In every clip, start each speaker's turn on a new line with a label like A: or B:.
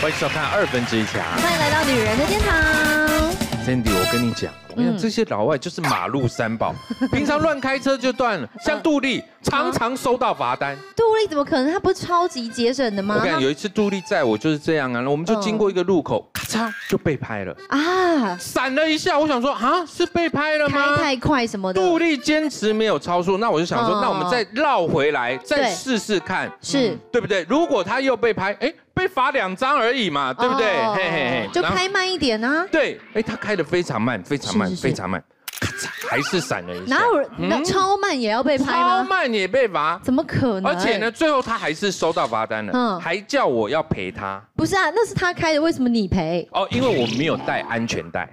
A: 欢迎收看二分之一强。
B: 欢迎来到女人的天堂。
A: Sandy，我跟你讲，我跟你讲，
B: 嗯
A: 这些老外就是马路三宝，平常乱开车就断了，像杜
B: 啊
A: 丽常常收到罚单。
B: 杜丽怎么可能？她不是超级节省的
A: 我
B: 吗？
A: 跟你讲，有一次杜丽载我就是这样啊，我们就经过一个路口，咔嚓就被拍了，
B: 她啊，
A: 闪了一下，我想说啊，是被拍了
B: 开
A: 吗？
B: 太快什么的。
A: 杜丽坚持没有超速，那我就想说，
B: 嗯
A: 那我们再绕回来，再试试看，
B: 是
A: 嗯对不对？如果他又被拍，哎，被罚两张而已嘛，对不对？
B: 哦
A: 嘿嘿嘿，
B: 就
A: 然后
B: 开慢一点啊。
A: 对，哎，他开的非常慢，非常慢，
B: 是是是
A: 非常慢，咔嚓，还是闪了一下
B: 哪，有人
A: 嗯
B: 那超慢也要被拍
A: 超
B: 吗？
A: 慢也被罚，
B: 怎么可能？
A: 而且呢，，最后他还是收到罚单了，
B: 哎嗯
A: 还叫我要赔他。
B: 不是啊，那是她开的，为什么你 赔？
A: 哦，因为我没有带安全带，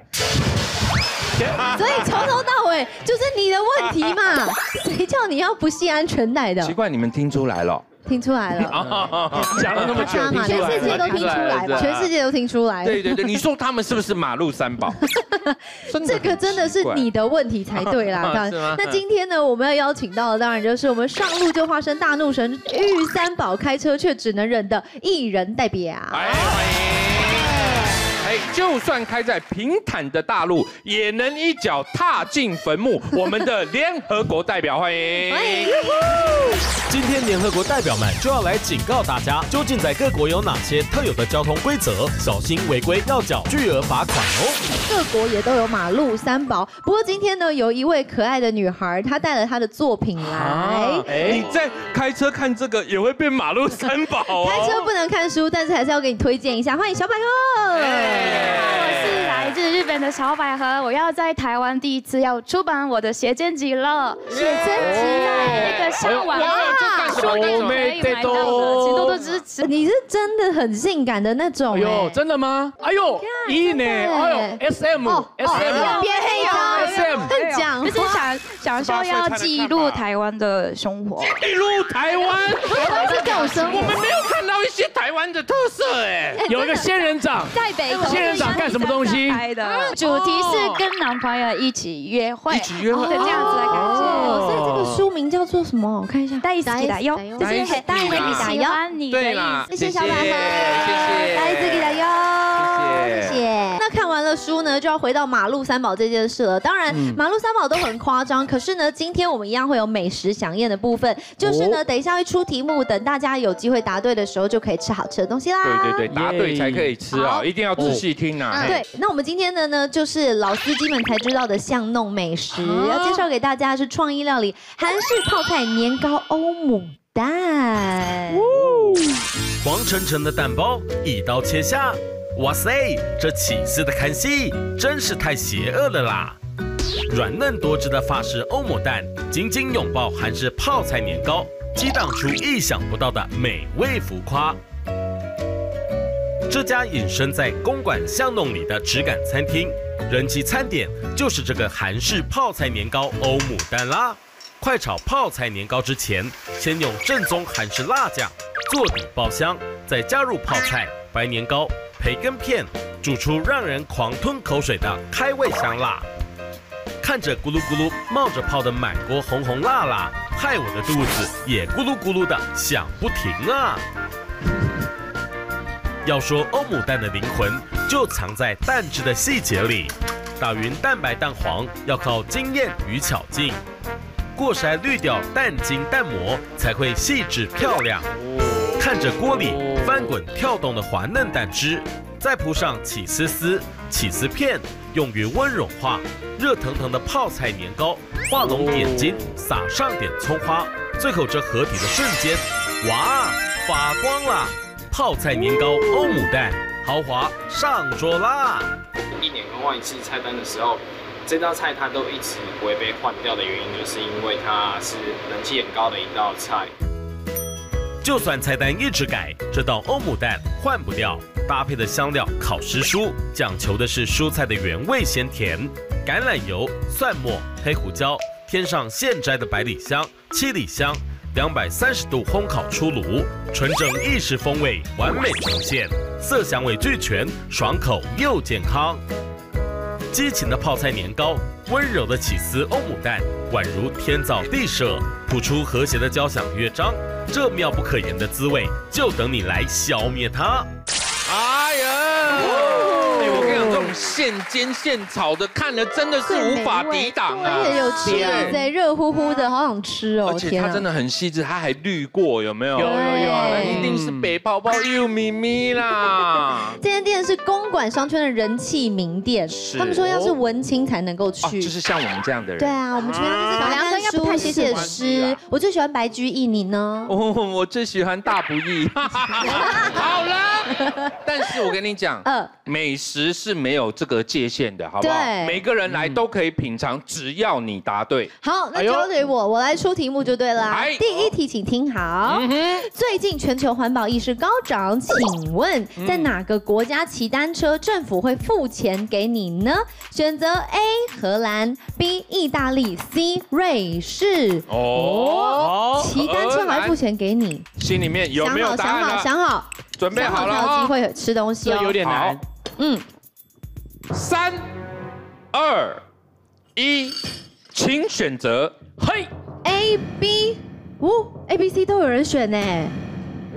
B: 所以从头到尾就是你的问题 嘛，谁叫你要不系安全带
A: 奇
B: 的？
A: 怪，你们听出来了？
B: 听出来啊了，
C: 讲了那么久
B: 他，嘛，
C: 听
B: 全
C: 出来
B: 世界都
C: 了
B: 听出来
A: 听出来了
B: 吧？
A: 啊
B: 全世界都听出来。
A: 对对对，你说他们是不是马路三 宝？真
B: 这
A: 的
B: 个真的是你的问题才对 啦，当
A: 是吗
B: 然。那今天呢，我们要邀请到的当然就是我们上路就化身大怒神玉三宝开车却只能忍的艺人代表。
A: 哎，欢迎！哎，就算开在平坦的大路，也能一脚踏进坟墓。我们的联合国代表，欢迎！
B: 欢迎，
C: 今天联合国代表们就要来警告大家，究竟在各国有哪些特有的交通规则，小心违规要缴巨额罚款哦。
B: 各国也都有马路三宝。不过今天呢，有一位可爱的女孩，她带了她的作品来。
A: 哎，你在开车看这个也会变马路三宝哦。
B: 开车不能看书，但是还是要给你推荐一下。欢迎小百合。
A: 哎
D: 我是来自日本的小百合，我要在台湾第一次要出版我的写真集了，
A: 写真
E: 哎
A: 集
D: 在那个上网啊，书店可以买到的，请多多支持。
B: 你是真的很性感的那种、
E: 哎
B: 哎
E: 呦，真的吗？哎
D: Oh
E: 呦，一呢？
B: 真的
E: 哎呦，S M
B: 哦哦
E: S
B: 哎
E: M
B: 呦别
D: 啊
B: 黑
D: 哎
B: 他
E: S M，
B: 很讲话，
D: 就是想想说要记录台湾的生活，
A: 一路台湾，
B: 台湾是这种生活
A: 我。们没有看到一些台湾的特色哎。
B: 哎
E: 有一个仙人掌，
B: 在北口
E: 仙人掌干什么东西？
D: 拍的主题是跟男朋友一起约会，一起约会这样子的感觉。
B: 哦，所以这个书名叫做什么？我看一下，
D: 大一起打哟，就
A: 大一
E: 哎
A: 起
D: 是大一
A: 打哟
D: 喜欢你的
A: 对
D: 意思
A: 啦。，
B: 哎谢谢小百合，
A: 谢谢，
B: 大一起给打哟，
A: 谢谢
B: 谢谢。那看完了书呢，就要回到马路三宝这件事了。当然，
A: 嗯
B: 马路三宝都很夸张，可是呢，今天我们一样会有美食飨宴的部分，就是
A: 哦
B: 呢，等一下会出题目，等大家有机会答对的时候，就可以吃好吃的东西啦。
A: 对对对，
E: 啊
A: 答对才可以吃啊，
B: 好
A: 一定要仔细听啊呐。嘿
B: 对，那我们今天的呢，就是老司机们才知道的巷弄美食，
A: 啊
B: 要介绍给大家是创意料理韩式泡菜年糕欧姆
A: 哦
B: 蛋。
C: 黄澄澄的蛋包一刀切下，哇塞，这起司的看戏真是太邪恶了啦！软嫩多汁的法式欧姆蛋，紧紧拥抱韩式泡菜年糕，激荡出意想不到的美味浮夸。这家隐身在公馆巷弄里的质感餐厅，人气餐点就是这个韩式泡菜年糕欧姆蛋啦。快炒泡菜年糕之前，先用正宗韩式辣酱做底爆香，再加入泡菜、白年糕、培根片，煮出让人狂吞口水的开胃香辣。看着咕噜咕噜冒着泡的满锅红红辣辣，害我的肚子也咕噜咕噜的响不停啊！要说欧姆蛋的灵魂，就藏在蛋质的细节里。打匀蛋白蛋黄要靠经验与巧劲，过筛滤掉蛋筋蛋膜才会细致漂亮。看着锅里翻滚跳动的滑嫩蛋汁，再铺上起司丝、起司片，用余温融化。热腾腾的泡菜年糕，画龙点睛，撒上点葱花，最后这合体的瞬间，哇，发光啦！泡菜年糕欧姆蛋，豪华上桌啦！
F: 一年更换一次菜单的时候，这道菜它都一直不会被换掉的原因，就是因为它是人气很高的一道菜。
C: 就算菜单一直改，这道欧姆蛋换不掉。搭配的香料烤时蔬，讲求的是蔬菜的原味鲜甜。橄榄油、蒜末、黑胡椒，添上现摘的百里香、七里香，两百三十度烘烤出炉，纯正意式风味完美呈现，色香味俱全，爽口又健康。激情的泡菜年糕，温柔的起司欧姆蛋，宛如天造地设，谱出和谐的交响乐章。这妙不可言的滋味，就等你来消灭它。
A: 哎
B: 哦
A: 现煎现炒的，看了真的是无法抵挡啊！
B: 哎也有吃
A: 对
B: 对，热乎乎的，好想吃哦！
A: 而且
B: 天
A: 它
B: 啊
A: 真的很细致，它还滤过，有没有？
E: 有有有
A: 那
B: 对。
A: 一定是北泡泡又咪咪啦
B: 这间店是公馆商圈的人气名店，
A: 是
B: 他们说要是文青才能够去。
A: 哦，就是像我们这样的人。
B: 对啊，我们这边都是打
D: 小梁哥
B: 看
D: 应该
B: 书
D: 不、太
B: 写
D: 喜
B: 写
D: 欢
B: 诗。我最喜欢白居易，你呢？
A: 哦，我最喜欢大不易。 好了，但是我跟你讲，
B: 呃，
A: 美食是没有这个界限的，好不好
B: 对？
A: 每个人来
E: 嗯
A: 都可以品尝，只要你答对。
B: 好，那
A: 哎呦
B: 交给我，我来出题目就对啦
A: 哎。嗯
B: 第一题，请听好。最近全球环保意识高涨，请问
A: 嗯
B: 在哪个国家骑单车政府会付钱给你呢？选择 A 荷兰，B 意大利，C 瑞士。
A: 哦，
B: 骑单车还会付钱给你，
A: 心里面有
B: 想
A: 没有
B: 好
A: 答
B: 想
A: 案
B: 好
A: 了？
B: 想好，
A: 准备
B: 想
A: 好
B: 好
A: 了哦
B: 才有机
A: 哈。
B: 会吃东西
E: 这
B: 哦。
E: 有点难
A: 好。
B: 嗯，
A: 三、二、一，请选择。
E: 嘿，
B: A B，哦，A B C 都有人选呢。
E: 哎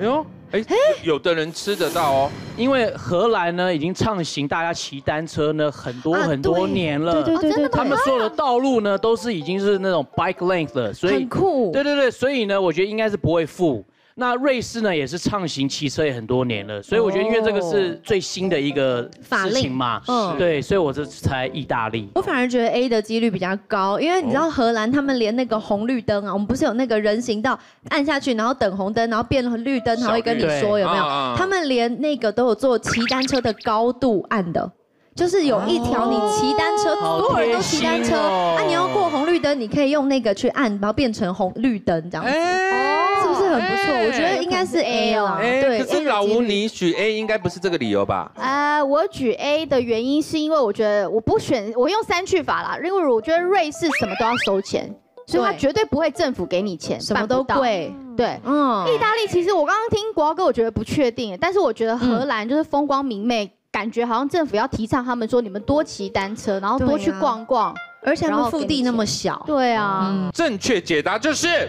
E: 呦，
A: 哎，有的人吃得到哦。
E: 因为荷兰呢已经畅行大家骑单车呢很多
B: 啊
E: 很多
B: 对
E: 年了，啊
B: 对对哦真对对，的吗
E: 他们所有的道路呢都是已经是那种 bike length 了，所以
B: 很酷
E: 对对对，所以呢，我觉得应该是不会付。那瑞士呢也是畅行骑车也很多年了，所以我觉得因为这个是最新的一个
B: 哦法
E: 事
B: 令
E: 情嘛，
B: 嗯
E: 对，所以我这猜意大利。
B: 我反而觉得 A 的几率比较高，因为你知
A: 哦
B: 道荷兰他们连那个红绿灯啊，我们不是有那个人行道按下去，然后等红灯，然后变了绿灯，他会跟你
E: 小绿
B: 说有没有
A: 啊啊啊？
B: 他们连那个都有做骑单车的高度按的。就是有一条你骑单车，
E: 好
B: 所有人都骑单
E: 贴心
B: 车，
E: 哦
B: 啊，你要过红绿灯，你可以用那个去按，然后变成红绿灯这样子，哦是不是很不错？我觉得应该是 A 啊啦，对
A: 哎，，可
B: A
A: 是
B: 的
A: 老
B: 几
A: 吴，
B: 率
A: 你举 A 应该不是这个理由吧？
G: 呃，我举 A 的原因是因为我觉得我不选，我用三去法啦，因为我觉得瑞士什么都要收钱，所以他
B: 对
G: 绝对不会政府给你钱，
B: 什么
G: 办不
B: 都
G: 到。
B: 贵，
G: 对，
B: 嗯
G: 意大利其实我刚刚听国豪哥，我觉得不确定，但是我
B: 嗯
G: 觉得荷兰就是风光明媚，感觉好像政府要提倡他们说你们多骑单车，然后
B: 对
G: 多
B: 啊
G: 去逛逛。
B: 而且他
G: 然
B: 们
G: 后给
B: 腹
G: 你
B: 地那
G: 钱
B: 么小，嗯
G: 对啊，
A: 正确解答就是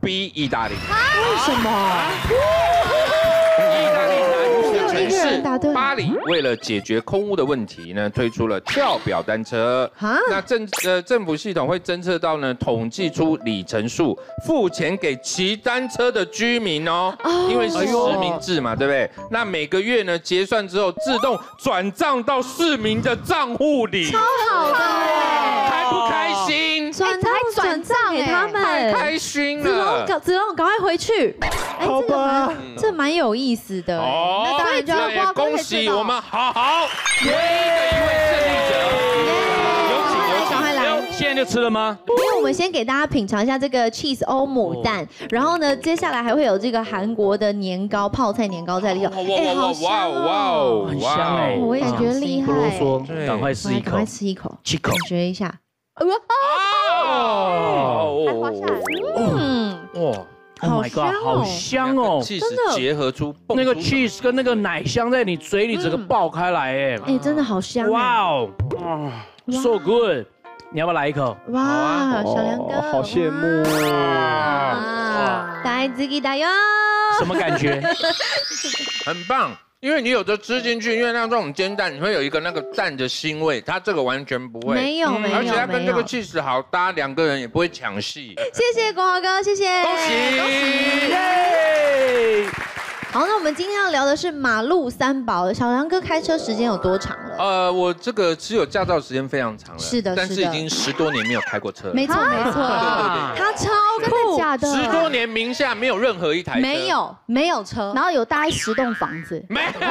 A: B 意大利。
B: 为什么？
A: 意大利南部的城
B: 只有一个人答
A: 市
B: 对
A: 巴黎，为了解决空污的问题呢，推出了跳表单车。
B: 啊
A: 那政呃政府系统会侦测到呢，统计出里程数，付钱给骑单车的居民哦，哎因为是实名制嘛，对不对？那每个月呢结算之后，自动转账到市民的账户
B: 哎
A: 里，
B: 好的，
A: 开不开心？
B: 转账哎转账给他们。
A: 开心
B: 子龙，
A: 了。嗯
B: 赶子龙，赶快回去。哎，这个蛮这蛮有意思的。
A: 哦
B: 那当然就要
A: 那也
B: 包括
A: 恭喜我们好好唯一的一位胜利者。有请有请
B: 哎赶快来，赶快来。
E: 现在就吃了吗？
B: 因为我们先给大家品尝一下这个 cheese 欧姆
A: 哦
B: 蛋，然后呢，接下来还会有这个韩国的年糕泡菜年糕在
A: 哦
B: 里头。哎，好香哦！
E: 很香哎，
B: 我也
E: 嗯
B: 想吃
E: 不啰
A: 对
E: 嗦，赶快
B: 我
E: 试
B: 来
E: 一
B: 赶
E: 口
B: 快，吃一口，
E: 七口
B: 感，觉一下。
A: 哦
G: 滑下来
B: 嗯，
A: 哇，
E: Oh my
B: 好香
E: god，
B: 哦
E: 好香哦，
A: 气
B: 真的
A: 势结合出蹦
E: 那个
A: 出
E: cheese 跟那个奶香在你嘴里整个爆开来哎，
B: 哎，真的好香哎！
E: 哇哦，so good，你要不要来一口？
B: 哇，小梁哥，
H: 好羡慕哦。
B: 啊！大自己打哟！
E: 什么感觉？
A: 很棒。因为你有的吃进去，因为像这种煎蛋，你会有一个那个蛋的腥味，它这个完全不会，
B: 没有没有
A: 而且它跟
B: 没
A: 这个
B: 有。
A: cheese 好搭，两个人也不会抢戏。
B: 谢谢国豪哥，谢谢。
A: 恭喜！
B: 好，那我们今天要聊的是马路三宝。小梁哥开车时间有多长了？
A: 呃，我这个持有驾照时间非常长了，
B: 是的
A: 但是
B: 是
A: 已
B: 的
A: 经十多年没有开过车了，
B: 没错没错，
E: 啊
B: 他超
G: 真的
B: 酷，
G: 假的？
A: 十多年名下没有任何一台车，
B: 没有没有车，
G: 然后有大概十栋房子，
A: 没有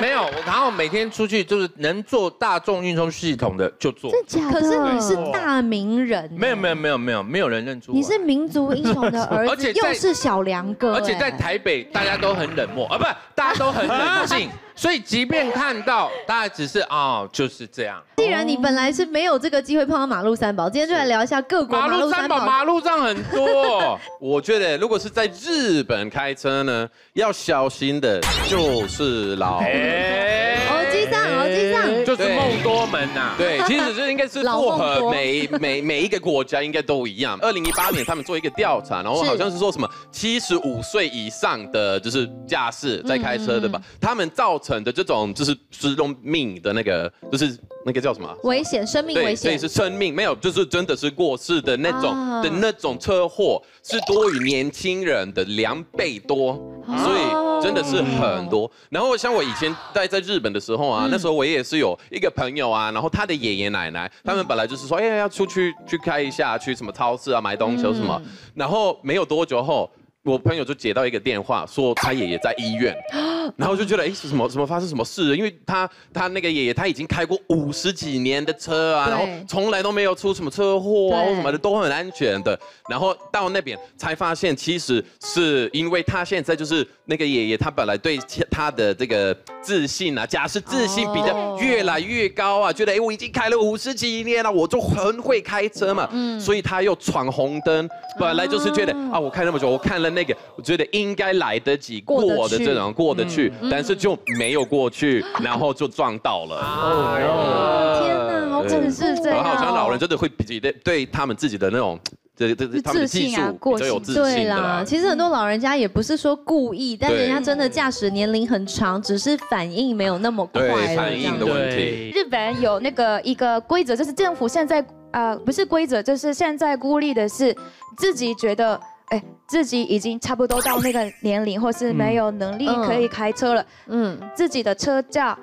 A: 没有，然后每天出去就是能坐大众运输系统的就坐，
G: 真的假的？
B: 可是你是大名人，
A: 没有没有没有没有没有人认出我
B: 你是民族英雄的儿
A: 啊而
B: 子，
A: 且
B: 又
A: 在
B: 是小梁哥，
A: 而且在
B: 哎
A: 台北，大家都很冷漠啊，不，大家都很冷静， 所以即便看到，大家只是哦，就是这样。
B: 既然你本来是没有这个机会碰到马路三宝，今天就来聊一下各国
A: 马
B: 马
A: 路
B: 路
A: 三
B: 三
A: 宝，
B: 宝。
A: 马路上很多，
H: 我觉得如果是在日本开车呢，要小心的就是老。
A: 哎，
B: 耳机上，耳机上。
E: 就是
H: 对
E: 哎梦多啊
A: 门呐、
H: 对，其实这应该是
B: 老
H: 做
B: 孟
H: 和
B: 多
H: 每每每一个国家应该都一样。二零一八年他们做一个调查，然后
B: 是
H: 好像是说什么七十五岁以上的就是驾驶在开车的吧，
B: 嗯
H: 他们造成的这种就是失踪命的那个，就是那个叫什么啊？
B: 危险，生命危
H: 对，所以
B: 险
H: 是。生命没有，就是真的是过世的那种、
B: 啊
H: 的那种车祸，是多于年轻人的两倍多，
B: 哦
H: 所以真的是很多。然后像我以前待在日本的时候啊，
B: 嗯
H: 那时候我也是有一个朋友啊，然后他的爷爷奶奶，他们本来就是说，哎、呀要出去去开一下，去什么超市啊买东西什么，
B: 嗯
H: 然后没有多久后。我朋友就接到一个电话，说他爷爷在医院， 然后我就觉得，哎、是什么什么发生什么事了？因为他他那个爷爷他已经开过五十几年的车啊，
B: 对
H: 然后从来都没有出什么车祸啊
B: 对
H: 或什么的，都很安全的。然后到那边才发现，其实是因为他现在就是那个爷爷，他本来对他的这个自信啊，假设自信比较
B: 哦
H: 越来越高啊，觉得哎、诶我已经开了五十几年了，我就很会开车嘛，
B: 嗯
H: 所以他又闯红灯，本来就是觉得啊，我开那么久，我看了那个，我觉得应该来得及
B: 过得
H: 过的
B: 去
H: 这种过得去，但是就没有过去，然后就撞到了。
B: 哦天哪，好恐怖！
D: 是这
H: 然
D: 样
H: 后好像老人真的会比对对他们自己的那种，这这这他们的技
D: 自信
H: 术
D: 啊
H: 比
D: 过
H: 较
D: 信
H: 有自
B: 对
H: 信的
B: 啦
H: 啦，。
B: 其实很多老人家也不是说故意，但
H: 对
B: 人家真的驾驶年龄很长，只是反应没有那么快了
H: 对反
B: 这样
H: 应的问题，
E: 对，
D: 日本有那个一个规则，就是政府现在呃不是规则，就是现在孤立的是自己觉得。哎，自己已经差不多到那个年龄，或是没有能力
B: 嗯
D: 可以开车了，
B: 嗯，
D: 自己的车价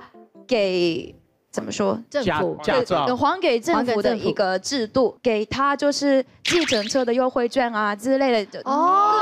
D: 给怎么说？
B: 政
E: 驾
B: 府
E: 驾照
D: 有还给政府的一个制度，给他就是计程车的优惠券啊之类的，哎
G: 哦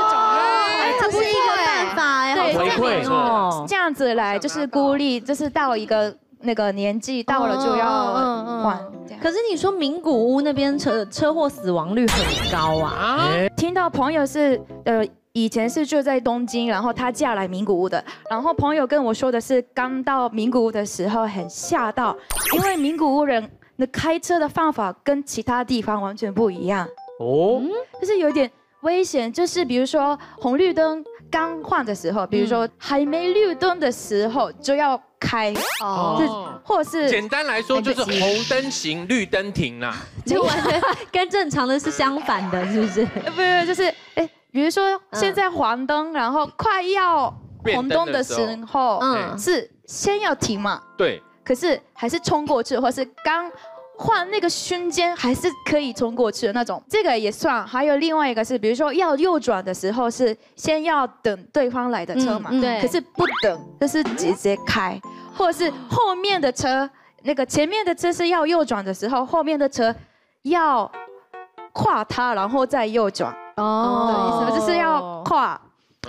B: 这是一个办法哎，
D: 对
B: 好聪明哦。
D: 这样子来就是孤立，就是到一个那个年纪到了就要
B: 嗯嗯嗯嗯
D: 还。这样
B: 可是你说名古屋那边车车祸死亡率很高啊，
E: 哎
D: 听到朋友是呃。以前是住在东京，然后她嫁来名古屋的。然后朋友跟我说的是，刚到名古屋的时候很吓到，因为名古屋人那开车的方法跟其他地方完全不一样，
E: 哦，
B: 嗯
D: 就是有点危险。就是比如说红绿灯刚换的时候，比如说还没绿灯的时候就要开，
A: 哦
D: 哦，或是
A: 简单来说就是红灯行，绿灯停啊啦。
B: 就完全 跟正常的是相反的，是不是？
D: 呃不不就是哎，比如说现在黄灯，然后快要红灯的时候，
B: 嗯，
D: 是先要停嘛，
A: 对，
D: 可是还是冲过去，或是刚换那个瞬间还是可以冲过去的那种，这个也算。还有另外一个是，比如说要右转的时候是先要等对方来的车嘛，
B: 嗯嗯对
D: 可是不等，就是直接开，或者是后面的车，那个前面的车是要右转的时候，后面的车要跨它，然后再右转，
B: 哦
D: 懂意思吗？ 就是 要跨。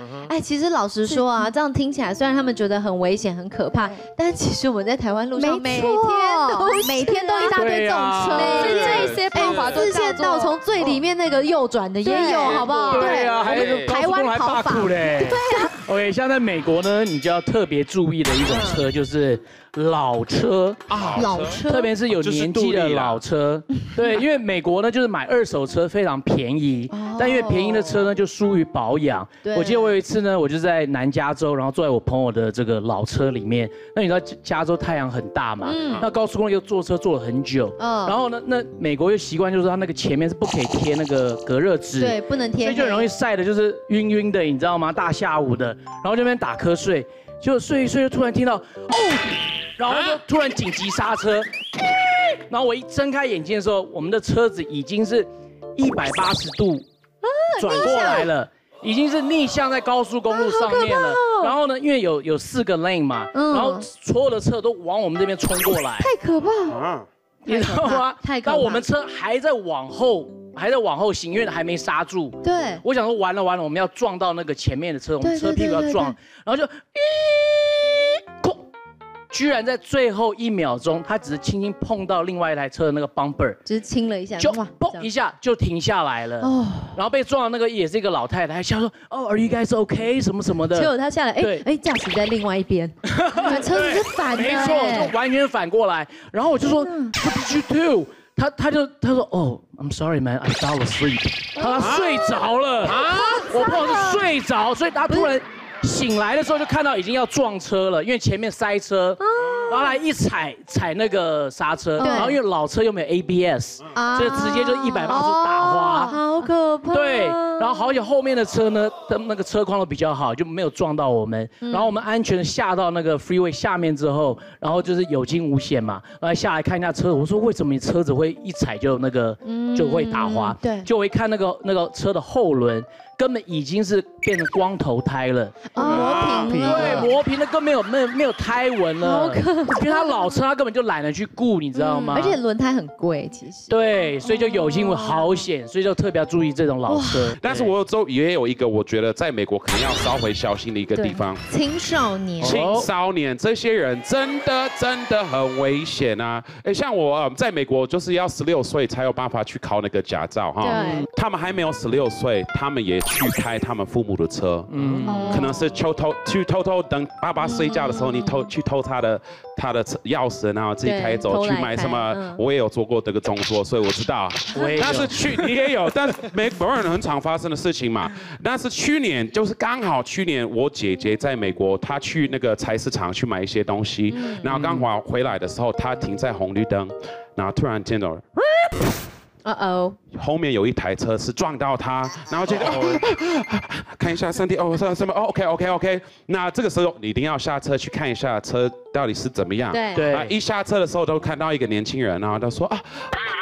I: 嗯
B: 哎，其实老实说啊，这样听起来虽然他们觉得很危险、很可怕
D: 对，
B: 但其实我们在台湾路上
G: 没
B: 每
G: 错，每天都一大堆这种车，
B: 对
G: 所以
A: 啊
G: 这些
B: 哎
G: 方法都
B: 四线道从最里面那个右转的也有，
G: 对
B: 好不好？
E: 对啊，还有
A: 对
E: 高速公路还罢 苦嘞。对啊。OK，像在美国呢，你就要特别注意的一种车就是老车，
A: 啊
B: 嗯老车，哦
E: 特别是有年纪的
B: 啊
E: 老车。对，因为美国呢，就是买二手车非常便宜
B: 哦，
E: 但因为便宜的车呢就疏于保养。
B: 对
E: 我记得我有一次呢，我就在南加州，然后坐在我朋友的这个老车里面。那你知道加州太阳很大嘛？
B: 嗯
E: 那高速公路又坐车坐了很久。
B: 嗯
E: 然后呢，那美国又习惯就是它那个前面是不可以贴那个隔热纸，
B: 对，不能贴
E: 所
B: 黑，
E: 以就很容易晒的，就是晕晕的，你知道吗？大下午的，然后这边打瞌睡，结果睡一睡就突然听到哦，然后就突然紧急刹车，然后我一睁开眼睛的时候，我们的车子已经是一百八十度
B: 啊
E: 转过来了。已经是逆向在高速公路上面
B: 啊
E: 了，然后呢，因为有有四个 lane 嘛，
B: 哦嗯
E: 然后所有的车都往我们这边冲过来，
G: 太可怕。
E: 你知道吗？
B: 太可怕
E: 那我们车还在往后，还在往后行，因为还没刹住，
B: 对，
E: 我想说完了完了，我们要撞到那个前面的车，我们
B: 对
E: 车
B: 对
E: 屁股
B: 对
E: 要
B: 对
E: 撞，然后就，哐，居然在最后一秒钟，他只是轻轻碰到另外一台车的那个 bumper，
B: 只是亲了一下，
E: 就
B: 哇
E: 砰一
B: 下，
E: 下就停下来了。
B: 哦，
E: 然后被撞的那个也是一个老太太，还笑说：“哦，Are you guys OK？什么什么的。”
B: 结果他下来，哎
E: 对
B: 哎，驾驶在另外一边，对车子是反嗯的，
E: 没错，
B: 哎
E: 就完全反过来。然后我就说，What did you do？他他就他说，哦、i m sorry man, I fell asleep。他
B: 哦
E: 睡着了啊，我朋友是睡着，所以他突然醒来的时候就看到已经要撞车了，因为前面塞车。然后来一踩踩那个刹车，
B: 啊对
E: 然后因为老车又没有 ABS，
B: 啊
E: 所以直接就180度打滑
B: 好可怕。
E: 啊对，然后好久后面的车呢，的那个车况都比较好，就没有撞到我们。
B: 嗯
E: 然后我们安全的下到那个 freeway 下面之后，然后就是有惊无险嘛，然后下来看一下车，我说为什么你车子会一踩就那个就会打滑？
B: 嗯对
E: 就我一看那个那个车的后轮根本已经是变成光头胎了。
B: 啊磨平
E: 对，
B: 了，
E: 磨平了，更没有没有没有胎纹了。因为他老车，他根本就懒得去顾，你知道吗？
B: 嗯而且轮胎很贵，其实。
E: 对，所以就有新闻好险，
B: 哦
E: 所以就特别要注意这种老车。
I: 但是
E: 对
I: 我周也有一个我觉得在美国可能要稍微小心的一个地方，
B: 青少年
I: 青少年这些人真的真的很危险啊！哎，像我呃在美国就是要十六岁才有办法去考那个驾照哈。
G: 对，
I: 他们还没有十六岁，他们也去开他们父母的车，嗯，可能是偷偷去偷偷等爸爸睡觉的时候，你
B: 嗯
I: 偷去偷他的他的车钥匙，然后自己
B: 对
I: 开
B: 偷
I: 走去
B: 来
I: 买
B: 开
I: 什么
B: 嗯？
I: 我也有做过这个动作，所以我知道。
E: 我也有
I: 但是去你也有，但是美国人很常发生的事情 嘛。但是去年就是刚好去年我姐姐在美国，她去那个菜市场去买一些东西，
B: 嗯
I: 然后刚好回来的时候，她停在红绿灯，然后突然哦见到
B: 呃哦，
I: 后面有一台车是撞到他，然后就、看一下身体，哦，什么什么，哦，OK OK OK，那这个时候你一定要下车去看一下车到底是怎么样。
B: 对
E: 对
I: 啊，一下车的时候都看到一个年轻人，然后他说啊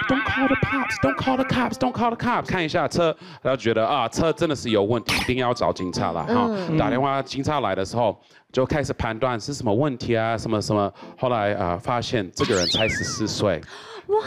I: ，Don't call the cops, Don't call the cops, Don't call the cops，看一下车，然后觉得啊，车真的是有问题，一定要找警察了哈。
G: 嗯
I: 打电话警察来的时候。就开始判断是什么问题啊，什么什么。后来啊、呃发现这个人才十四岁，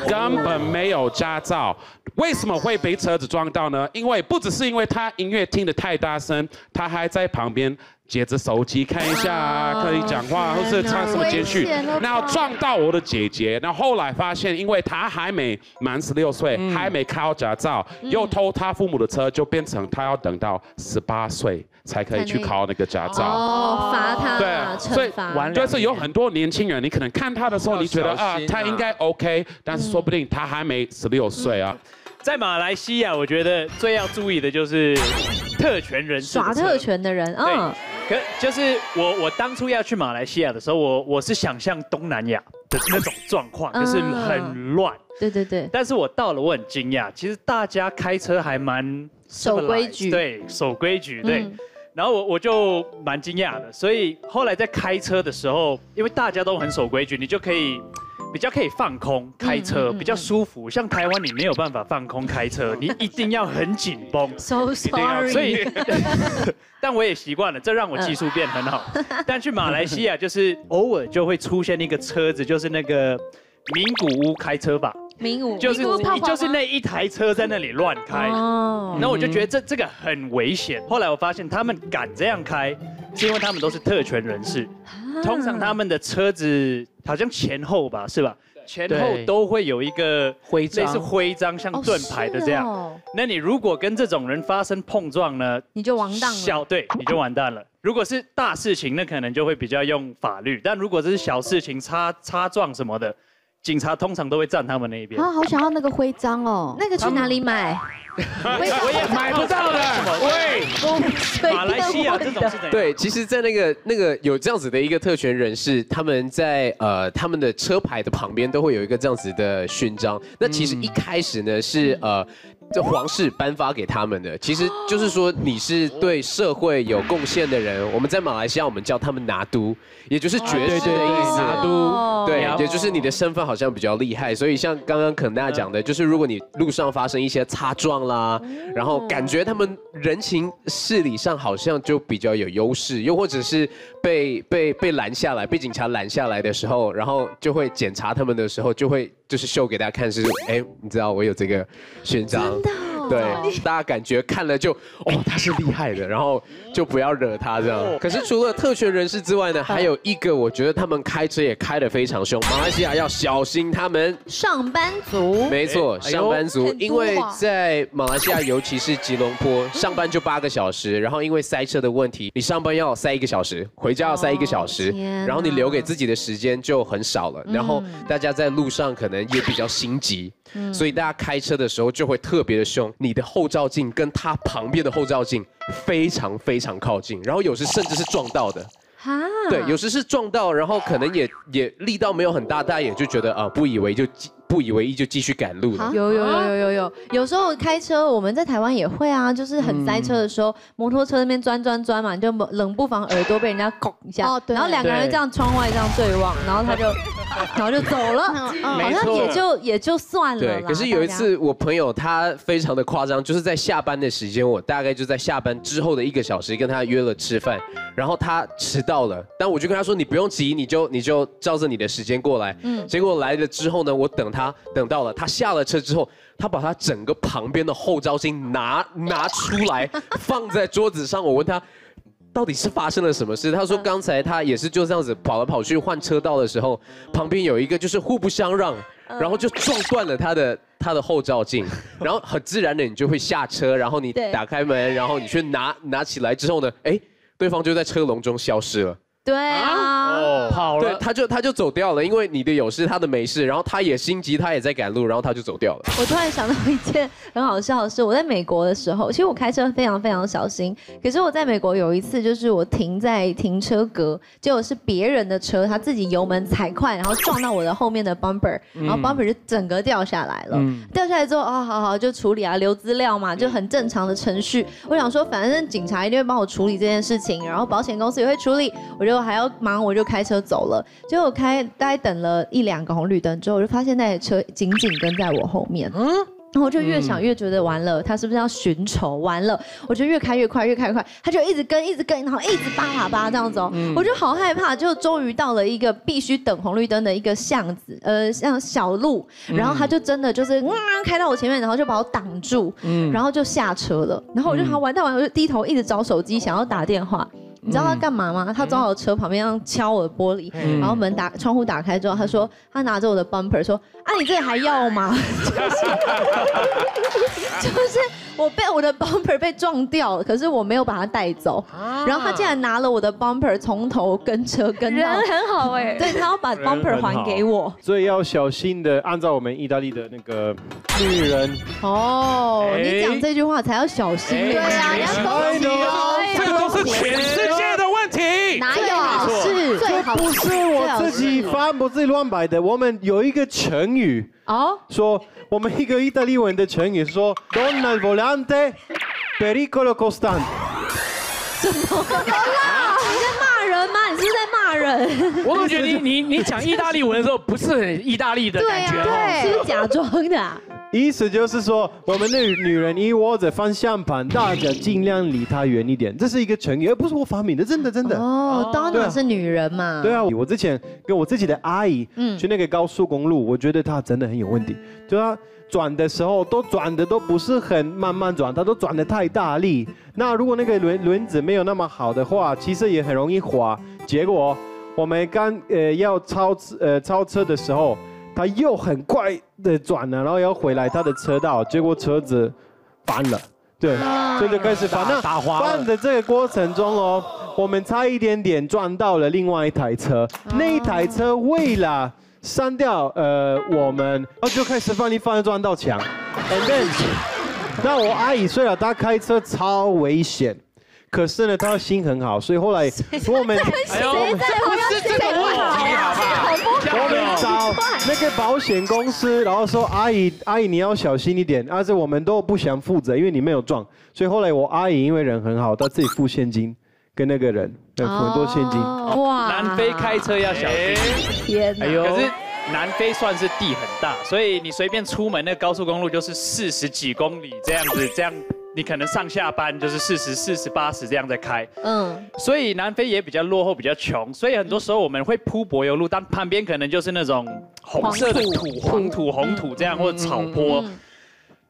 I: 根本没有驾照，为什么会被车子撞到呢？因为不只是因为他音乐听得太大声，他还在旁边接着手机看一下啊，可以讲话或是看什么简讯
G: 危险了，吧
I: 然后撞到我的姐姐。然后后来发现，因为他还没满十六岁，还没考驾照，又偷他父母的车，就变成他要等到十八岁才可以去考那个驾照。
B: 哦，罚他啦，
I: 对，啊所以
B: 惩罚。
E: 完了
I: 就是有很多年轻人，你可能看他的时候，你觉得啊
A: 要小心啊，
I: 他应该 OK，但是说不定他还没十六岁啊。
J: 嗯在马来西亚，我觉得最要注意的就是特权人士的
B: 耍
J: 车
B: 特。权的人，嗯，
J: 可就是我，我当初要去马来西亚的时候，我我是想象东南亚的那种状况，
B: 嗯
J: 就是很乱。
B: 对对对，
J: 但是我到了，我很惊讶，其实大家开车还蛮
B: 守规矩
J: 对，守规矩，对。
B: 嗯
J: 然后我我就蛮惊讶的，所以后来在开车的时候，因为大家都很守规矩，你就可以比较可以放空开车，
B: 嗯嗯嗯
J: 比较舒服。像台湾你没有办法放空开车，你一定要很紧绷。
B: ，so
J: 一定要
B: sorry。
J: 所以，但我也习惯了，这让我技
B: 嗯
J: 术变很好。但去马来西亚就是偶尔就会出现一个车子，就是那个名古屋开车法，
B: 民舞
J: 就是
G: 名古屋泡泡吗
J: 就是那一台车在那里乱开。
B: 哦
J: 然，后我就觉得这这个很危险。后来我发现他们敢这样开，是因为他们都是特权人士，
B: 啊
J: 通常他们的车子好像前后吧，是吧？前后
E: 对
J: 都会有一个
E: 徽
J: 类似
E: 章，
J: 徽章，像
B: 哦
J: 盾牌的这样。
B: 是哦
J: 那你如果跟这种人发生碰撞呢？
B: 你就完蛋了。
J: 小对，你就完蛋了。如果是大事情，那可能就会比较用法律；但如果这是小事情，擦擦撞什么的，警察通常都会站他们那一边。
G: 啊，好想要那个徽章哦。
B: 那个去哪里买？
J: 我也买不到的。喂，马来西亚这种是怎样？
K: 对，其实，在那个那个有这样子的一个特权人士，他们在呃他们的车牌的旁边都会有一个这样子的勋章。那其实一开始呢是
B: 嗯
K: 呃这皇室颁发给他们的，其实就是说你是对社会有贡献的人。我们在马来西亚我们叫他们拿督，也就是爵士的意思。
E: 拿
B: 哦
E: 督
K: 对
E: 了，
K: 也就是你的身份好像比较厉害，所以像刚刚肯大讲的，就是如果你路上发生一些擦撞啦，然后感觉他们人情事理上好像就比较有优势，又或者是被被被拦下来，被警察拦下来的时候，然后就会检查他们的时候，就会就是秀给大家看是，哎，你知道我有这个勋章。对，大家感觉看了就，哦，他是厉害的，然后就不要惹他这样。可是除了特权人士之外呢，还有一个，我觉得他们开车也开得非常凶，马来西亚要小心他们。
B: 上班族，
K: 没错，
E: 哎呦
K: 上班族
G: 很，多
K: 因为
G: 啊
K: 在马来西亚，尤其是吉隆坡，上班就八个小时，然后因为塞车的问题，你上班要塞一个小时，回家要塞一个小时
B: 哦天啊，
K: 然后你留给自己的时间就很少
G: 嗯
K: 了，然后大家在路上可能也比较心急，
G: 嗯
K: 所以大家开车的时候就会特别的凶，你的后照镜跟他旁边的后照镜非常非常靠近，然后有时甚至是撞到的。
B: 哈，
K: 对，有时是撞到，然后可能也也力道没有很大，大家也就觉得啊、不以为就继不以为意就继续赶路了。
B: 有有有有有，有时候开车我们在台湾也会啊，就是很塞车的时
K: 嗯
B: 候，摩托车那边钻钻钻嘛，你就冷不防耳朵被人家拱一下，
G: 哦对
B: 然后两个人
G: 对
B: 这样窗外这样对望，然后他就，然后就走 了，
G: 嗯
B: 好
K: 没
B: 像
K: 错
B: 也就也就算了啦。
K: 对，可是有一
B: 大家
K: 次我朋友他非常的夸张，就是在下班的时间，我大概就在下班之后的一个小时跟他约了吃饭，然后他迟到了，但我就跟他说你不用急，你就你就照着你的时间过来。
L: 嗯
K: 嗯，结果来了之后呢，我等他等到了，他下了车之后，他把他整个旁边的后照镜拿拿出来放在桌子上，我问他。到底是发生了什么事？他说刚才他也是就这样子跑来跑去换车道的时候，旁边有一个就是互不相让，然后就撞断了他的他的后照镜，然后很自然的你就会下车，然后你
B: 对
K: 打开门，然后你去拿拿起来之后呢，哎，对方就在车笼中消失了。
B: 对啊，
K: 跑哦了，对，他就他就走掉了，因为你的有事，他的没事，然后他也心急，他也在赶路，然后他就走掉了。
B: 我突然想到一件很好笑的事，我在美国的时候，其实我开车非常非常小心。可是我在美国有一次，就是我停在停车格，结果是别人的车，他自己油门踩快，然后撞到我的后面的 bumper，
G: 嗯
B: 然后 bumper 就整个掉下来了。
G: 嗯
B: 掉下来之后啊，好好就处理啊，留资料嘛，就很正常的程序。我想说，反正警察一定会帮我处理这件事情，然后保险公司也会处理，我就还要忙，我就开车走了。结果我开大概等了一两个红绿灯之后，我就发现那台车紧紧跟在我后面。嗯。然后我就越想越觉得完了，他是不是要寻仇？完了，我就越开越快，越开越快，他就一直跟，一直跟，然后一直叭叭叭这样子哦，我就好害怕。就终于到了一个必须等红绿灯的一个巷子，呃，像小路，然后他就真的就是嗯开到我前面，然后就把我挡住，
G: 嗯
B: 然后就下车了。然后我就好完蛋完，我就低头一直找手机，想要打电话。你知道他干嘛吗？他走到我车旁边，这样敲我的玻璃，
G: 嗯
B: 然后门打窗户打开之后，他说他拿着我的 bumper 说：“啊，你这个还要吗？” 就是我被我的 bumper 被撞掉了，可是我没有把它带走，然后他竟然拿了我的 bumper 从头跟车跟到，
D: 人很 好哎
B: 对他要把 bumper 还给我，，
M: 所以要小心的按照我们意大利的那个女人。
B: 哦，
M: 哎
B: 你讲这句话才要小心，
M: 哎对啊你要恭喜哦
I: 哎这个
G: 啊
I: 都是全世界的问题，
B: 哪有是
M: 这不是我自己翻，不自己乱摆的。我们有一个成语
B: 哦，
M: 说我们一个意大利文的成语说 “donna al volante pericolo costante”。
B: 怎么啦？你在骂人吗？你是不是在骂人？
E: 我怎么觉得你你你讲意大利文的时候不是很意大利的
B: 对
E: 感觉
B: 啊，
E: 哦？
B: 是不是假装的啊？
M: 意思就是说，我们的女人一窝着方向盘，大家尽量离她远一点。这是一个成语，而不是我发明的，真的真的。
B: 哦
M: 对啊
B: ，Donna 是女人嘛？
M: 对啊，我之前跟我自己的阿姨
B: 嗯
M: 去那个高速公路，我觉得她真的很有问题，就她转的时候都转的都不是很慢慢转，她都转的太大力。那如果那个轮轮子没有那么好的话，其实也很容易滑。结果我们刚呃要超车呃超车的时候，她又很快的转了，然后要回来她的车道，结果车子翻了。对，所以就开始翻。那打滑翻的这个过程中哦，我们差一点点撞到了另外一台车，那一台车为了删掉呃我们，哦就开始翻一翻撞到墙，and then，那我阿姨虽然她开车超危险。可是呢，她心很好，所以后来我们，
L: 哎呦谁在乎要谁在乎好不好
M: 我们找那个保险公司，然后说阿姨，阿姨你要小心一点，而且我们都不想负责，因为你没有撞。所以后来我阿姨因为人很好，她自己付现金跟那个人，对，付很多现金。
J: 哦
B: 哦哇，
J: 南非开车要小心。哎
B: 天哪！
J: 可是南非算是地很大，所以你随便出门那高速公路就是四十几公里这样子，这样你可能上下班就是四十、四十、八十这样在开。
B: 嗯，
J: 所以南非也比较落后，比较穷，所以很多时候我们会铺柏油路，但旁边可能就是那种红色的土、黄土、红土这样，或者草坡。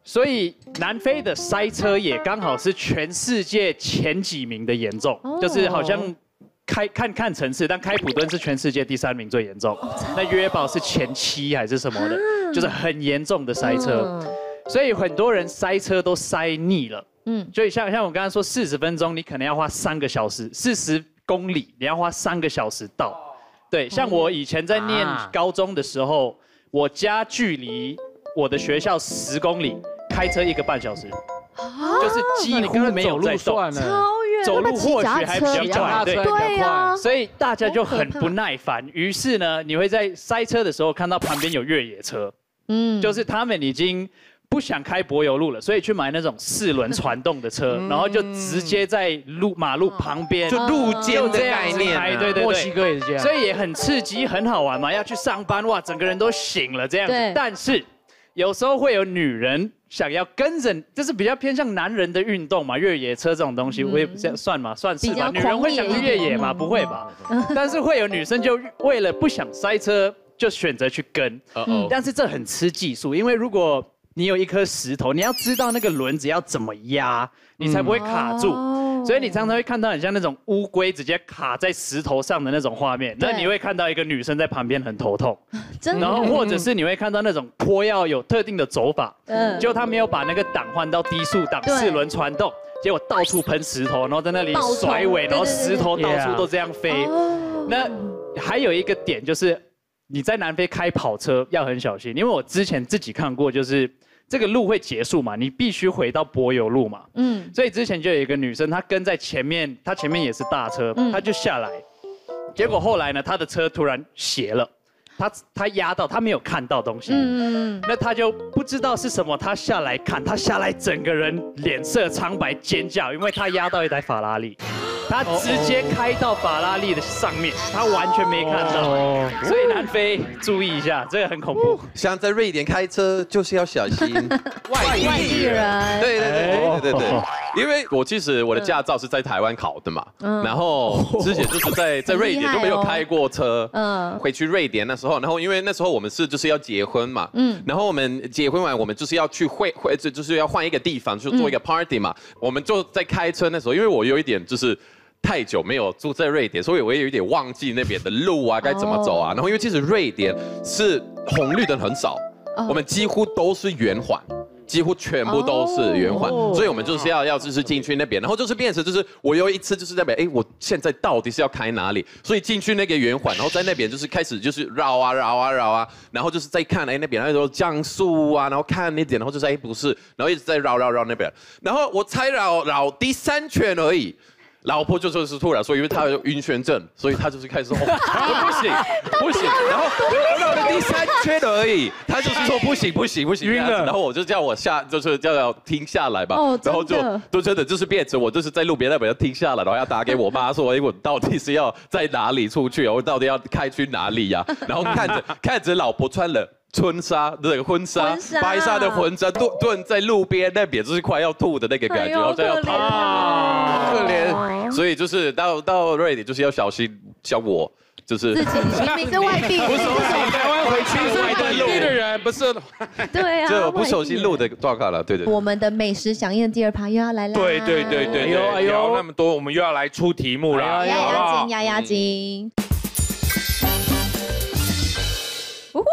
J: 所以南非的塞车也刚好是全世界前几名的严重
E: 哦，
J: 就是好像开看看城市，但开普敦是全世界第三名最严重，那约堡是前七还是什么的，就是很严重的塞车。嗯所以很多人塞车都塞腻了。
B: 嗯，
J: 所以像像我刚才说，四十分钟你可能要花三个小时，四十公里你要花三个小时到。对，像我以前在念
E: 啊
J: 高中的时候，我家距离我的学校
E: 啊
J: 十公里，开车一个半小时，就是几乎没有在动。
B: 超远
G: 人
J: 走
G: 那
J: 路
G: 么骑
J: 或许
G: 脚踏
J: 还比较
G: 车一
J: 快，
G: 样，
J: 对
G: 对呀，
J: 所以大家就很
G: 好可怕
J: 不耐烦。于是呢，你会在塞车的时候看到旁边有越野车，
G: 嗯，
J: 就是他们已经不想开柏油路了，所以去买那种四轮传动的
G: 嗯
J: 车，然后就直接在路马路旁边
E: 就路肩
J: 就
E: 的
J: 这样
E: 概
J: 子
E: 念啊
J: 开对对对，
E: 墨西哥也是这样
J: 所以也很刺激，很好玩嘛。要去上班哇，整个人都醒了这样子
E: 对。
J: 但是有时候会有女人想要跟着，就是比较偏向男人的运动嘛，越野车这种东西，我也不这样算嘛，算是
E: 比
J: 吧
E: 较。
J: 女人会想去越野吗？
E: 狂野一点
J: 不会吧？ 但是会有女生就为了不想塞车，就选择去跟。
E: 哦
J: 但是这很吃技术，因为如果你有一颗石头，你要知道那个轮子要怎么压，你才不会卡住。所以你常常会看到很像那种乌龟直接卡在石头上的那种画面，那
B: 对
J: 你会看到一个女生在旁边很头痛，
B: 真的
J: 然后或者是你会看到那种坡要有特定的走法，
B: 嗯
J: 嗯，就他没有把那个档换到低速档
B: 对
J: 四轮传动，结果到处喷石头，然后在那里
E: 爆冲
J: 甩尾，然后
E: 对对对
J: 石头
E: 对哦
J: 到
E: Yeah
J: 处都这样飞。
B: 哦
J: 那还有一个点就是，你在南非开跑车要很小心，因为我之前自己看过，就是这个路会结束嘛，你必须回到柏油路嘛。
B: 嗯，
J: 所以之前就有一个女生，她跟在前面，她前面也是大车，
B: 嗯
J: 她就下来，结果后来呢，她的车突然斜了，她她压到，她没有看到东西，
L: 嗯
J: 那她就不知道是什么，她下来看，她下来整个人脸色苍白，尖叫，因为她压到一台 法拉利。她直接开到法拉利的上面，她完全没看到，
L: 哦
J: 所以南非注意一下，这个很恐怖。
H: 想哦在瑞典开车就是要小 心外
L: 外地人
H: 对对对对对对对。因为我其实我的驾照是在台湾考的嘛，
L: 嗯
H: 然后之前就是在在瑞
L: 很
H: 典
L: 厉害哦
H: 就没有开过车，
L: 嗯
H: 嗯，回去瑞典那时候，然后因为那时候我们是就是要结婚嘛，
L: 嗯
H: 嗯，然后我们结婚完我们就是要去会会就就是要换一个地方去做一个 party 嘛，我们就在开车那时候，因为我有一点就是。太久没有住在瑞典，所以我也有点忘记那边的路啊，该怎么走啊。然后因为其实瑞典是红绿灯很少，
L: 哦
H: 我们几乎都是圆环，几乎全部都是圆环，
L: 哦
H: 所以我们就是要要就是进去那边，然后就是变成就是我有一次就是在那边，哎，我现在到底是要开哪里？所以进去那个圆环，然后在那边就是开始就是绕啊绕啊绕啊，然后就是在看哎那边那时候江苏啊，然后看那点，然后就是哎不是，然后一直在绕绕绕那边，然后我才绕绕第三圈而已。老婆就就是突然说，因为她有晕眩症，所以她就是开始说、哦、不行不行，然后绕了第三圈而已，她就是说不行不行不行，
E: 晕
H: 这样子
E: 了
H: 然后我就叫我下就是叫我停下来吧，
E: 哦
H: 然后就
E: 真的
H: 就真的就是变成我就是在路边那边要停下来，然后要打给我妈说，哎，我到底是要在哪里出去啊？我到底要开去哪里 呀、然后看着看着老婆穿了。春纱，那个婚纱
L: 婚纱，
H: 白纱的婚纱，蹲蹲在路边那边，就是快要吐的那个感
L: 哎
H: 觉，
L: 呦
H: 然后就要
L: 可
H: 逃
L: 怜
H: 跑，
L: 哦
H: 可怜。所以就是到到瑞典，就是要小心，像我就是
L: 自己
B: 明明是外地人，
L: 不是
B: 这种
L: 台湾回去
H: 外
I: 地的人不是
B: 对啊，
H: 这不
B: 外
H: 熟
B: 地
H: 悉
B: 人
H: 路的状况了，对对。对
B: 我们的美食响应第二趴又要来啦！
A: 对对对对
E: 哎呦哎
A: 对，
E: 呦哎
A: 聊那么多，我们又要来出题目啦，
B: 压
A: 好不
B: 压
A: 好
B: 惊，？压压惊。
A: 嗯
B: 呜呼！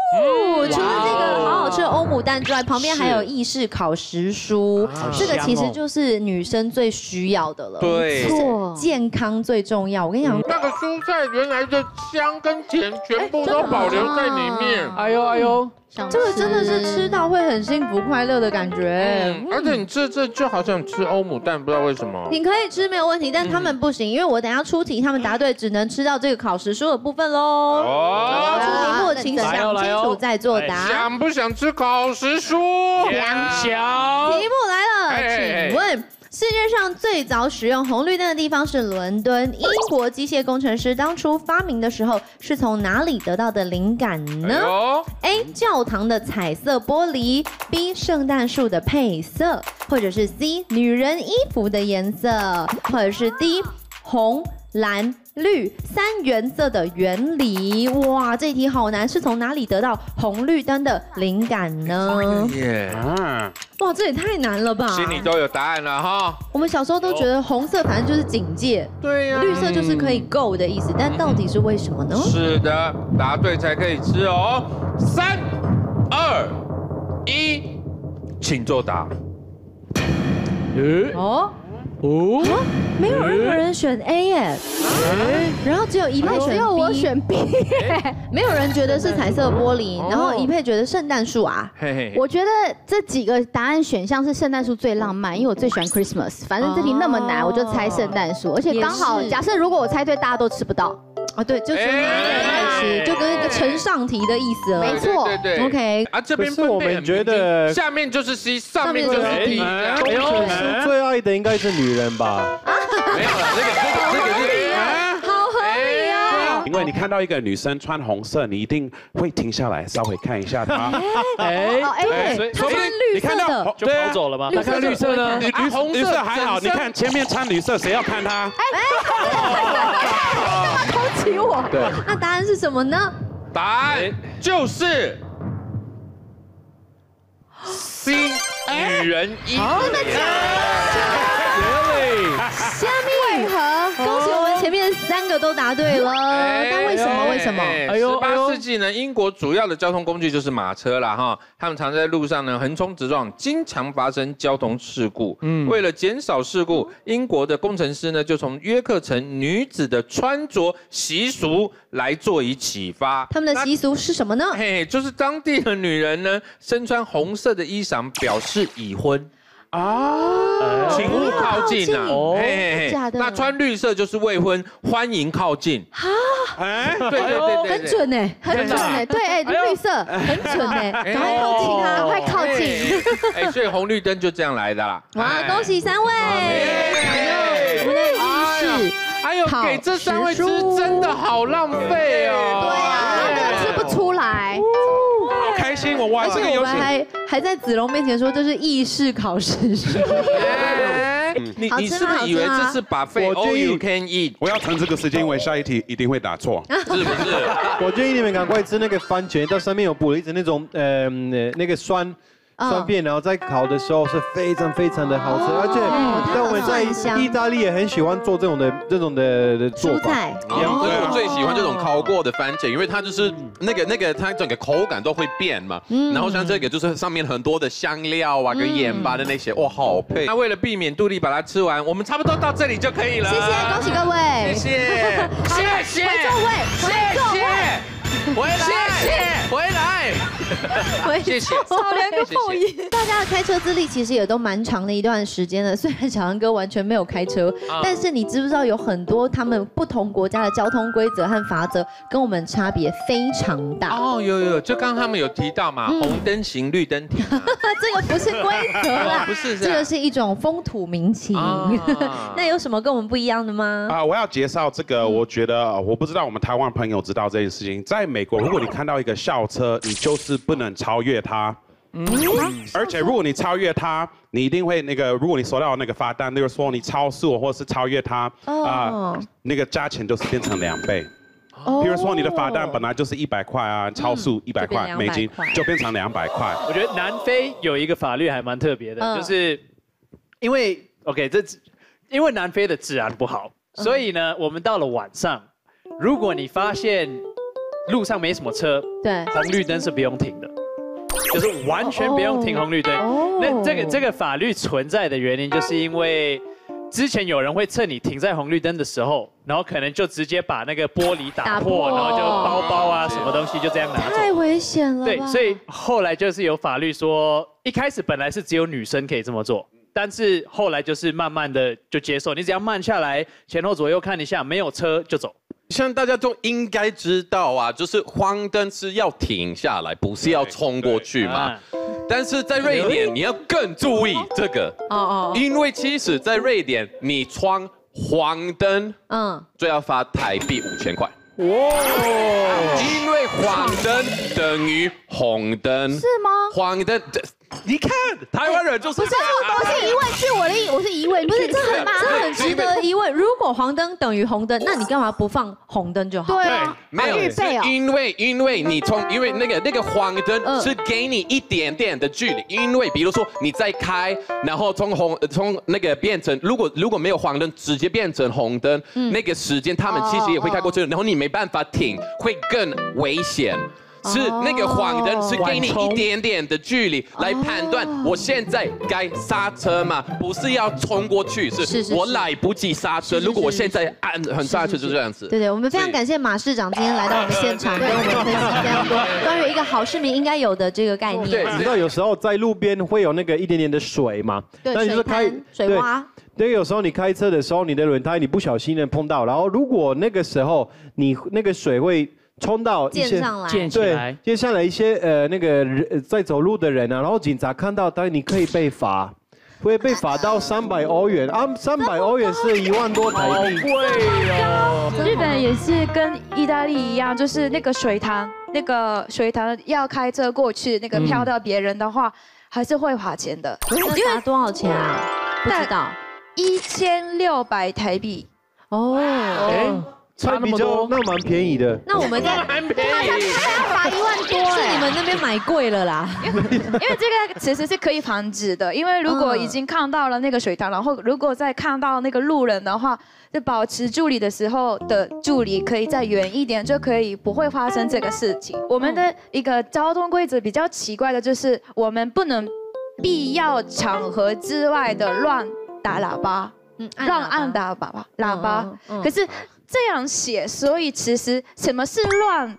B: 除了这个好好吃的欧姆蛋之外，旁边还有意式烤时蔬
L: 啊，
B: 这个
L: 好香哦
B: 其实就是女生最需要的了。
L: 对
B: 就是健康最重要。我跟你讲，
A: 嗯那个蔬菜原来的香跟甜全部都保留在里面。
E: 哎呦哎呦，
B: 这个真的是吃到会很幸福快乐的感觉。
A: 嗯，而且你这这就好想吃欧姆蛋，不知道为什么。
B: 你可以吃没有问题，
A: 嗯
B: 但他们不行，因为我等一下出题，他们答对只能吃到这个烤时蔬的部分喽。哦，出题目的请
A: 来哦
B: 想
A: 来哦
B: 清楚再作答。
A: 想不想吃烤食蔬？
B: 想题目来了，
A: 哎
B: 请问。世界上最早使用红绿灯的地方是伦敦。英国机械工程师当初发明的时候，是从哪里得到的灵感呢、a
A: 哎
B: 哎教堂的彩色玻璃，B. 圣诞树的配色，或者是 C. 女人衣服的颜色，或者是 D. 红、蓝、绿三原色的原理。哇，这题好难，是从哪里得到红绿灯的灵感 呢？
A: 耶，嗯，
B: 哇，这也太难了吧！
A: 心里都有答案了哈。
B: 我们小时候都觉得红色反正就是警戒，
A: 对呀、
B: 绿色就是可以 go 的意思，但到底是为什么呢？
A: 是的，答对才可以吃哦。三、二、一，请作答。
B: 哦，
E: 哦，
B: 没有任何人选 A 耶，然后只哦有一派选，
G: 只有我选
B: B，没有人觉得是彩色玻璃，
I: 哦
B: 然后一派觉得圣诞树啊。
A: 嘿嘿
G: 我觉得这几个答案选项是圣诞树最浪
I: 哦
G: 漫，因为我最喜欢 Christmas。反正这题那么难，我就猜圣诞树，而且刚好
B: 也是
G: 假设如果我猜对，大家都吃不到。
B: 啊，对，就只有你一个人
I: 哎
B: 在吃，就跟一个呈上题的意思了。
A: 没错对对对
B: OK，
A: 啊，这边
M: 可是我们觉得
A: 下面就是 C，上面就是 D，
M: 工程师最爱的应该是女人吧？
B: 好合理啊！
I: 因为你看到一个女生穿红色，你一定会停下来稍微看一 下她。
J: 哎
B: 哦哎
J: 所以
B: 他
J: 所以
B: 穿绿
I: 你
B: 色
I: 看到
B: 的
C: 哦
I: 红，
J: 就跑走了吗
I: 对啊
J: 那看绿色呢
I: 绿
J: 啊红色
I: 绿色还好，
J: 整
I: 你
J: 身
I: 看前面穿绿色，谁要看她？
B: 恭喜我。
I: 对
B: 那答案是什么呢？
A: 答案就是 C，女人
B: 哎
A: 一。真的假
B: 虾米？为何？恭喜我们前面三个都答对了，但为什么？为什么？
A: 哎呦，十八世纪呢，英国主要的交通工具就是马车啦，哈，他们常在路上呢横冲直撞，经常发生交通事故。嗯，为了减少事故，英国的工程师呢就从约克城女子的穿着习俗来做以启发。
B: 他们的习俗是什么呢？
A: 嘿，哎就是当地的女人呢，身穿红色的衣裳表示已婚。啊，请勿靠近啊！
B: 哦
A: 嘿嘿
B: 假
A: 嘿
B: 的
A: 那穿绿色就是未婚，欢迎靠 近。
B: 啊，
A: 哎，对对对对，对
B: 很准
G: 欸
B: 哎，很准
I: 啊
B: 哎，对哎，绿色很准哎，赶快靠近啊，赶快靠近！
A: 哎，所以红绿灯就这样来的啦。
B: 哇，恭喜三位！哎呦我们的仪式，
A: 哎呦，给这三位吃真的好浪费哦。对啊，
B: 吃不出来。
I: 好开心，我玩
B: 而
I: 这个
B: 且我
I: 游
B: 们
I: 戏。
B: 还还在子龙面前说这是意式考 试，哎
J: 嗯
A: 你
B: 好吃吗
A: 你是不是以为这是把费
I: 我建
A: all
I: 议
A: you can eat？
I: 我要存这个时间，因为下一题一定会答错。
A: 啊
M: 我建议你们赶快吃那个番茄，它上面有补了一层那种呃嗯呃那个酸。
B: 嗯
M: 酸片，然后在烤的时候是非常非常的好吃，
B: 哦
M: 而且在我们在意大利也很喜欢做这种的这种的的做法。
H: 所以我最喜欢这种烤过的番茄，因为它就是那个那个它整个口感都会变嘛。
A: 嗯
H: 然后像这个就是上面很多的香料啊跟盐巴的那些，哇，好配
A: 那。为了避免杜丽把它吃完，我们差不多到这里就可以了。
H: 谢谢
G: 恭喜各位，
A: 谢 谢
G: 好
A: 谢谢
G: 回座位，回座位。
A: 回来，
G: 谢
A: 谢，回来， 谢谢，谢谢。
B: 大家的开车资历其实也都蛮长的一段时间了，虽然小杨哥完全没有开车
A: 啊，
B: 但是你知不知道有很多他们不同国家的交通规则和法则跟我们差别非常大。
A: 哦，有有，就刚刚他们有提到
B: 嗯
A: 嘛，红灯行，绿灯停。
B: 这个哦不是规则 啦，
A: 哦不是啊这
B: 这
A: 样
B: 个是啊一种风土民情。那有什么跟我们不一样的吗？
I: 啊、我要介绍这个，我觉得呃我不知道我们台湾朋友知道这件事情，在美国，如果你看到一个校车，你就是不能超越它。而且如果你超越它，你一定会那个，如果你收到那个罚单，就是说你超速或是超越它，啊、
L: 哦
I: 那个价钱就是变成两倍。
L: 哦
I: 比如说你的罚单本来就是一百块啊，超速一百块
J: 就变200
I: 美金
J: 块，
I: 就变成两 百块。
J: 我觉得南非有一个法律还蛮特别的，
I: 嗯
J: 就是因为 OK 这因为南非的治安不好，所以呢，我们到了晚上，如果你发现路上没什么车，
B: 对，
J: 红绿灯是不用停的。就是完全不用停红绿灯。那这个这个法律存在的原因，就是因为之前有人会趁你停在红绿灯的时候，然后可能就直接把那个玻璃打
B: 打
J: 破，
B: 破
J: 然后就包包啊什么东西就这样拿走。
B: 太危险了吧。
J: 对，所以后来就是有法律说，一开始本来是只有女生可以这么做，但是后来就是慢慢的就接受，你只要慢下来，前后左右看一下，没有车就走。
H: 像大家都应该知道啊，就是黄灯是要停下来，不是要冲过去嘛。但是在瑞典，你要更注意这个，
B: 哦哦哦
H: 因为其实在瑞典，你闯黄灯
B: 嗯，
H: 就要罚台币五千块。
L: 哇，
H: 因为黄灯等于红灯，是
G: 吗？
H: 黄灯，这你看台湾人就是
G: 不是，我我是疑问，是我的疑，我是疑问，
B: 不是，这很
G: 吗？
B: 这很值得疑问。如果黄灯等于红灯，那你干嘛不放红灯就好？对啊哦
H: 没有，是因为因为你从因为那个那个黄
B: 嗯
H: 灯是给你一点点的距离，因为比如说你在开，然后从红呃从那个变成如果如果没有黄灯，直接变成红灯，
B: 嗯哦
H: 那个时间他们其实也会开过去，然后你没办法停，会更危险。
B: 哦
H: 是那个晃灯是给你
C: 缓冲
H: 一点点的距离来判断，
B: 哦
H: 我现在该刹车嘛？不是要冲过去，
B: 是
H: 是
B: 是
H: 我来不及刹车。如果我现在按很刹车，就这样子。
B: 对对，我们非常感谢马市长今天来到我们现场，跟我们分析非常多关于一个好市民应该有的这个概念。
M: 你知道有时候在路边会有那个一点点的水嘛？
B: 对
M: 但就是
B: 水
M: 开
B: 滩水
M: 对
B: 洼
M: 对，有时候你开车的时候，你的轮胎你不小心的碰到，然后如果那个时候你那个水会冲到一些
B: 溅上来
M: 对
B: 溅起来
M: 溅上来一些呃那个人呃在走路的人啊，然后警察看到，但你可以被罚。会被罚到三百欧元啊！三百欧元是一万多台币，
B: 哦
D: 日本也是跟意大利一样，就是那个水塘，那个水塘要开车过去，那个
B: 嗯
D: 飘到别人的话，还是会花钱的。嗯
B: 那罚多少钱啊？不知道，
D: 一千六百台币。
B: 哦，
M: 哎
D: 差
M: 才
D: 那
M: 比
D: 么
M: 较
D: 多
M: 那蛮便宜的。
B: 那我们 在
D: 蛮
B: 便宜
D: 罚一万多
B: 是你们那边买贵了啦。
D: 因为这个其实是可以防止的，因为如果已经看到了那个水塘，然后如果再看到那个路人的话，就保持距离的时候的距离可以再远一点，就可以不会发生这个事情。我们的一个交通规则比较奇怪的就是，我们不能必要场合之外的乱打喇叭，乱按打喇叭喇叭
B: 嗯嗯。
D: 可是这样写，所以其实什么是乱？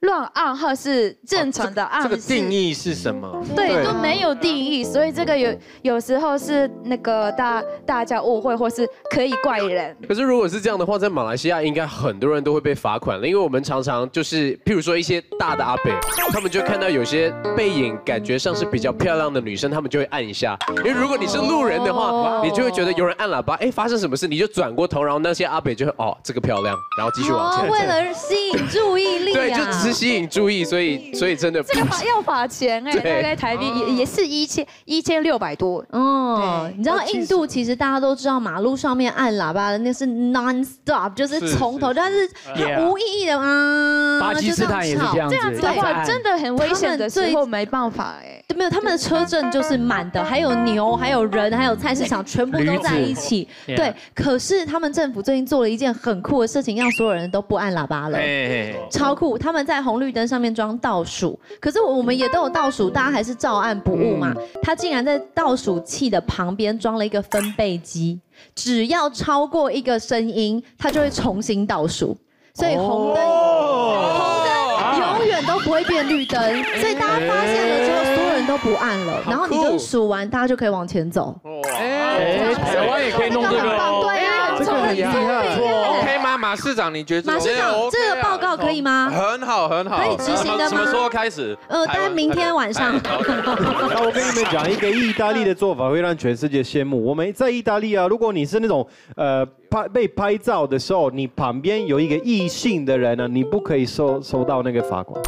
D: 乱按或是正常的按、
B: 啊
A: 啊这个
D: 是
A: 定义是什么？
D: 对，都没有定义，所以这个有有时候是那个大大家误会，或是可以怪人。
K: 可是如果是这样的话，在马来西亚应该很多人都会被罚款了，因为我们常常就是，譬如说一些大的阿伯，他们就看到有些背影，感觉上是比较漂亮的女生，他们就会按一下。因为如果你是路人的
B: 哦
K: 话，你就会觉得有人按喇叭，哎，发生什么事，你就转过头，然后那些阿伯就会哦，这个漂亮，然后继续往前
B: 哦，。为了吸引注意力啊。
K: 对，就只是吸引注意，所以所以真的
D: 这个罚要罚钱哎、
K: 对
D: 大概台币也也是一千一千六百多。
B: 哦，你知道
D: 哦其
B: 印度其实大家都知道，马路上面按喇叭的那是 non stop，就是
D: 是
B: 从头，但是它
D: Yeah
B: 无意义的啊，
D: 巴基斯坦也是这样子这
B: 就
D: 样子的话
B: 对
D: 真的很危险的时候
B: 他们最
D: 没办法哎。
B: 对，没有，他们的车阵就是满的，还有牛，还有人，还有菜市场，全部都在一 起。
A: 驴子
B: 对
A: Yeah，
B: 可是他们政府最近做了一件很酷的事情，让所有人都不按喇叭了。
A: 哎，
K: 哦
B: 超酷！他们在红绿灯上面装倒数，可是我们也都有倒数，大家还是照按不误嘛。他竟然在倒数器的旁边装了一个分贝机，只要超过一个声音，它就会重新倒数。所以红灯、红灯永远都不会变绿灯。所以大家发现了之后，所有人都不按了，然后你就数完，大家就可以往前走。
A: 哎，台湾也可以弄这个哦，
B: 对啊，
A: 这个很厉害
B: 聪明耶
A: OK 吗？马市长，你觉得这
B: 马
A: 种
B: 市长，这个报告可以
H: 啊
B: 吗？
H: 哦很好，很好，
B: 可以执行的吗
H: 什么时候开始？
B: 呃，大概明天晚上。
H: 哎
M: 那我跟你们讲，一个意大利的做法会让全世界羡慕。我们在意大利啊，如果你是那种呃拍被拍照的时候，你旁边有一个异性的人呢、啊你不可以收收到那个罚款。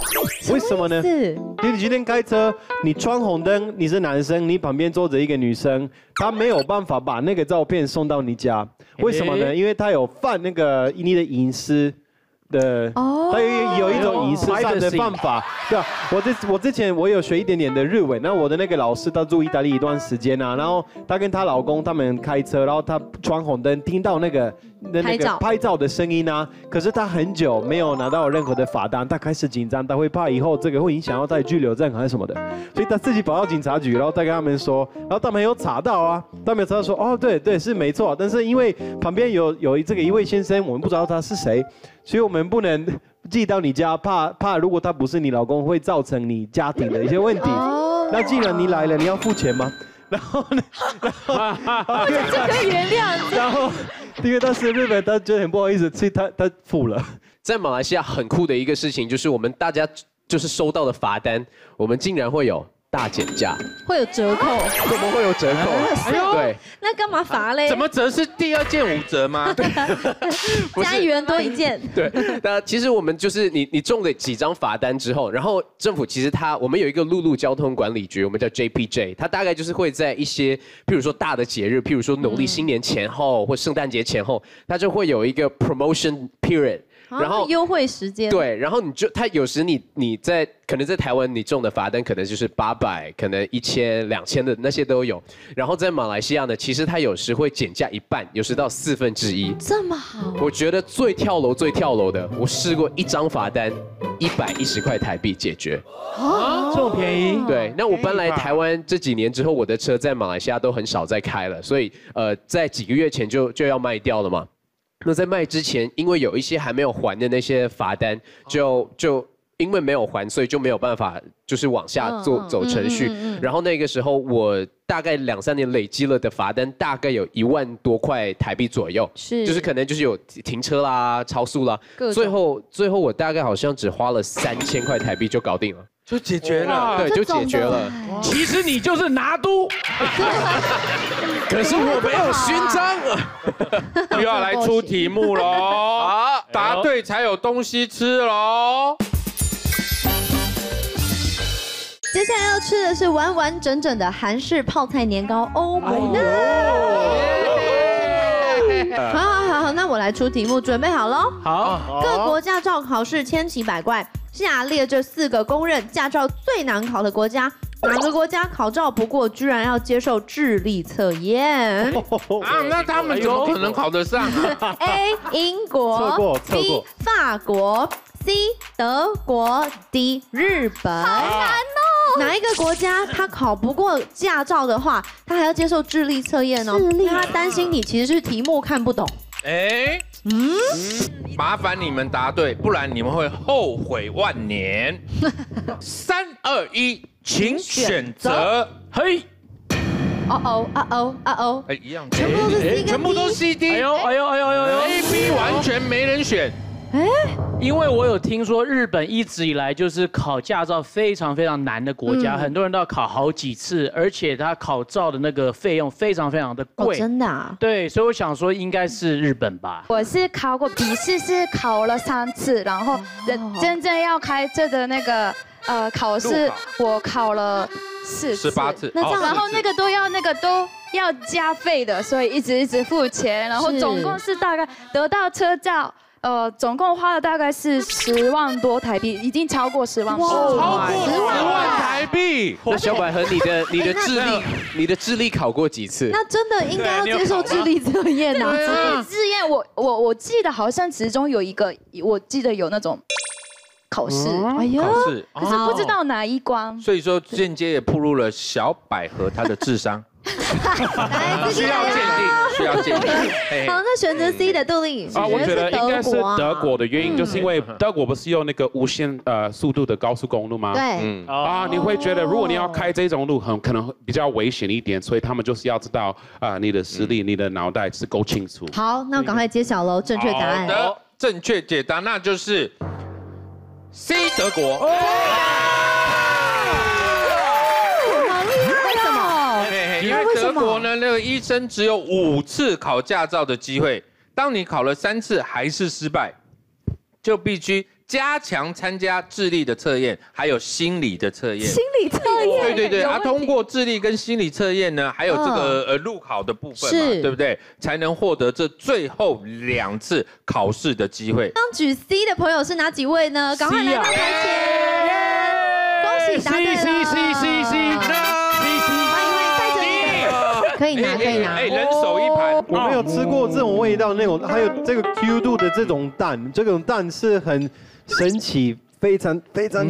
M: 为什么呢？
B: 是，
M: 你今天开车，你穿红灯，你是男生，你旁边坐着一个女生，她没有办法把那个照片送到你家，为什么呢？
E: 诶
M: 因为她有犯那个你的隐私。的，他有有一种仪式上的
E: Privacy
M: 犯法， 对啊，我之我之前我有学一点点的日文，那我的那个老师他住意大利一段时间啊，然后她跟她老公他们开车，然后她穿红灯，听到那个那
B: 拍
M: 那
B: 照
M: 个拍照的声音啊，可是她很久没有拿到任何的罚单，她开始紧张，她会怕以后这个会影响到她的拘留证还是什么的，所以她自己跑到警察局，然后再跟他们说，然后他们有查到啊，他们有查到说，哦对对是没错，但是因为旁边有有这个一位先生，我们不知道他是谁，所以我们不能。寄到你家，怕怕，如果他不是你老公，会造成你家庭的一些问题。那既然你来了，你要付钱吗？然后呢？然后
D: 这可以原谅
M: 然后因为当时日本，他觉得很不好意思，所以他他付了。
K: 在马来西亚很酷的一个事情就是，我们大家就是收到的罚单，我们竟然会有大减价，
B: 会有折扣，
H: 哎
B: 哎
K: 怎么会有折扣？
D: 哎
K: 对，
B: 那干嘛罚嘞？
K: 怎
A: 哎么折是第二件五折吗？
B: 加一元多一件。
K: 对，那其实我们就是你你中了几张罚单之后，然后政府其实它我们有一个陆路交通管理局，我们叫 JPJ，它大概就是会在一些譬如说大的节日，譬
B: 嗯
K: 如说农历新年前后或圣诞节前后，它就会有一个 promotion period。
B: 啊
K: 然后
B: 优惠时间
K: 对，然后你就他有时你你在可能在台湾你中的罚单可能就是八百，可能一千、两千的那些都有。然后在马来西亚呢，其实它有时会减价一半，有时到四分之一。
B: 哦这么好，
K: 我觉得最跳楼、最跳楼的，我试过一张罚单一百一十块台币解决。
E: 啊，这么便宜。
K: 哦对，那我搬来台湾这几年之后，我的车在马来西亚都很少再开了，所以呃，在几个月前就就要卖掉了嘛。那在卖之前，因为有一些还没有还的那些罚单，就就因为没有还，所以就没有办法就是往下
I: 嗯
K: 做
I: 嗯
K: 走程序
I: 嗯嗯嗯。
K: 然后那个时候我大概两三年累积了的罚单，大概有一万多块台币左右，
B: 是
K: 就是可能就是有停车啦、超速啦
B: 各，种
K: 最后最后我大概好像只花了三千块台币就搞定了。
A: 就解决了，
K: 对，就解决了。
E: 其实你就是拿督，
K: 可是我没有勋章。
A: 又要来出题目喽！啊，答对才有东西吃喽！
B: 接下来要吃的是完完整整的韩式泡菜年糕，Oh 欧
H: 哎
B: 姆蛋。好好好好，那我来出题目，准备好喽。
C: 哦
E: 好
B: 各国驾照考试千奇百怪，下列这四个公认驾照最难考的国家，哪个国家考照不过居然要接受智力测验
A: 啊，那他们怎么可能考得上啊？
B: ？A. 哎英国，
A: 错过错
B: B.
A: 过
B: 法国，C. 德国，D. 日本。好难
G: 哦！
B: 哪一个国家他考不过驾照的话，他还要接受智力测验哦？因为他担心你其实是题目看不懂。
A: 哎，
B: 嗯，
A: 麻烦你们答对，不然你们会后悔万年。
B: 嗯
A: 三二一，请选择。嘿，
B: 哦哦啊哦啊哦，
A: 哎，一样，
B: 全部都是 C 跟
A: 全部都
B: D
A: C D。哎呦
E: 哎呦哎呦哎呦
A: ，A B 完全没人选。
B: 哎，
E: 因为我有听说日本一直以来就是考驾照非常非常难的国家，
B: 嗯
E: 很多人都要考好几次，而且他考照的那个费用非常非常的
B: 哦，
E: 贵。
B: 真的啊。
E: 对，所以我想说应该是日本吧。
D: 我是考过笔试，是考了三次，然
A: 哦
D: 后真真正要开这的那个呃考试
A: 路，
D: 我考了四次
A: 18次
D: 那这
A: 哦
D: 样，然后
A: 四次
D: 那个都要那个都要加费的，所以一直一直付钱，然后
B: 是
D: 总共是大概得到车照。呃，总共花了大概是十万多台币，已经超过十万，
A: 哇超过10万台
K: 币。那小百合，你的你的
B: 哎那
K: 智力，你的智力考过几次？
B: 那真的应该要接受智力测验啊！
D: 对智力测验，我我我记得好像其中有一个，我记得有那种考试，
A: 嗯
D: 哎呀，
A: 考试
D: 可是不知道哪一关。
A: 所以说，间接也暴露了小百合她的智商，需要鉴定，需要鉴定。 哎
B: 好，那选择 C 的杜丽，
I: 啊，嗯我觉得应该是
B: 啊
I: 德国的原因，就是因为德国不是有那个无限呃速度的高速公路吗？
B: 对
I: 嗯啊，你会觉得如果你要开这种路，很可能比较危险一点，所以他们就是要知道啊，你的实力、你的脑袋是够清楚。
B: 好，那我赶快揭晓喽，正确答
A: 好
B: 案。
A: 的，正确解答那就是 C 德国。
B: 好厉害为什么？
A: 嘿哎嘿因为德国呢，那个医生只有五次考驾照的机会，当你考了三次还是失败，就必须加强参加智力的测验，还有心理的测验。
B: 理测验
A: 对对对，啊，通过智力跟心理测验呢，还有这个呃路考的部分嘛
B: 是，
A: 对不对？才能获得这最后两次考试的机会。
B: 刚举 C 的朋友是哪几位呢？赶快来到台前，恭喜答对了。C C C C C，可以拿，可以拿。
A: 哎，人手一盘，
M: 我没有吃过这种味道那种，还有这个 Q 度的这种蛋，这种蛋是很神奇，非常非常，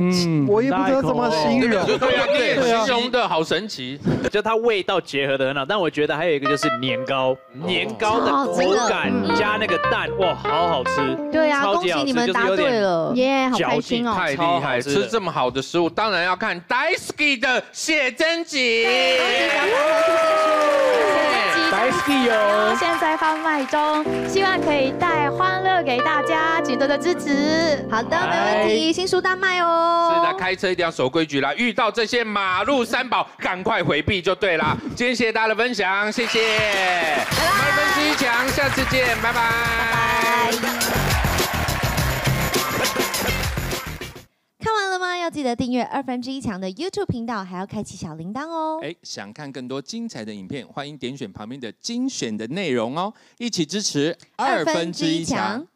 M: 我也不知道怎么
J: 哦
M: 形容。
A: 对啊，对
M: 对
A: 啊，
M: 啊
A: 形容的好神奇。
J: 就它味道结合的很好，但我觉得还有一个就是年糕，嗯年糕的
B: 哦真
J: 口
B: 的
J: 感
B: 嗯
J: 加那个蛋，哇，好好吃，
B: 对啊，
J: 超
B: 恭
J: 级好
B: 喜
J: 吃
B: 你们答
J: 就是有
B: 对
J: 点
B: 了，耶，好开
J: 嚼
B: 心
J: 劲
B: 哦！
A: 太厉害，
J: 超好吃的
A: 吃这么好的食物，当然要看 Daisy 的写真集。
E: 白色哦。
D: 现在贩卖中，希望可以带欢乐给大家，请多多支持。
B: 好的，没问题，新书大卖哦。
A: 是的，开车一定要守规矩啦，遇到这些马路三宝，赶快回避就对啦。今天谢谢大家的分享，谢谢，我们分析强，下次见，拜拜。
B: 看完了吗？要记得订阅二分之一强的 YouTube 频道，还要开启小铃铛哦。
N: 哎，想看更多精彩的影片，欢迎点选旁边的精选的内容哦，一起支持
B: 二分之一强。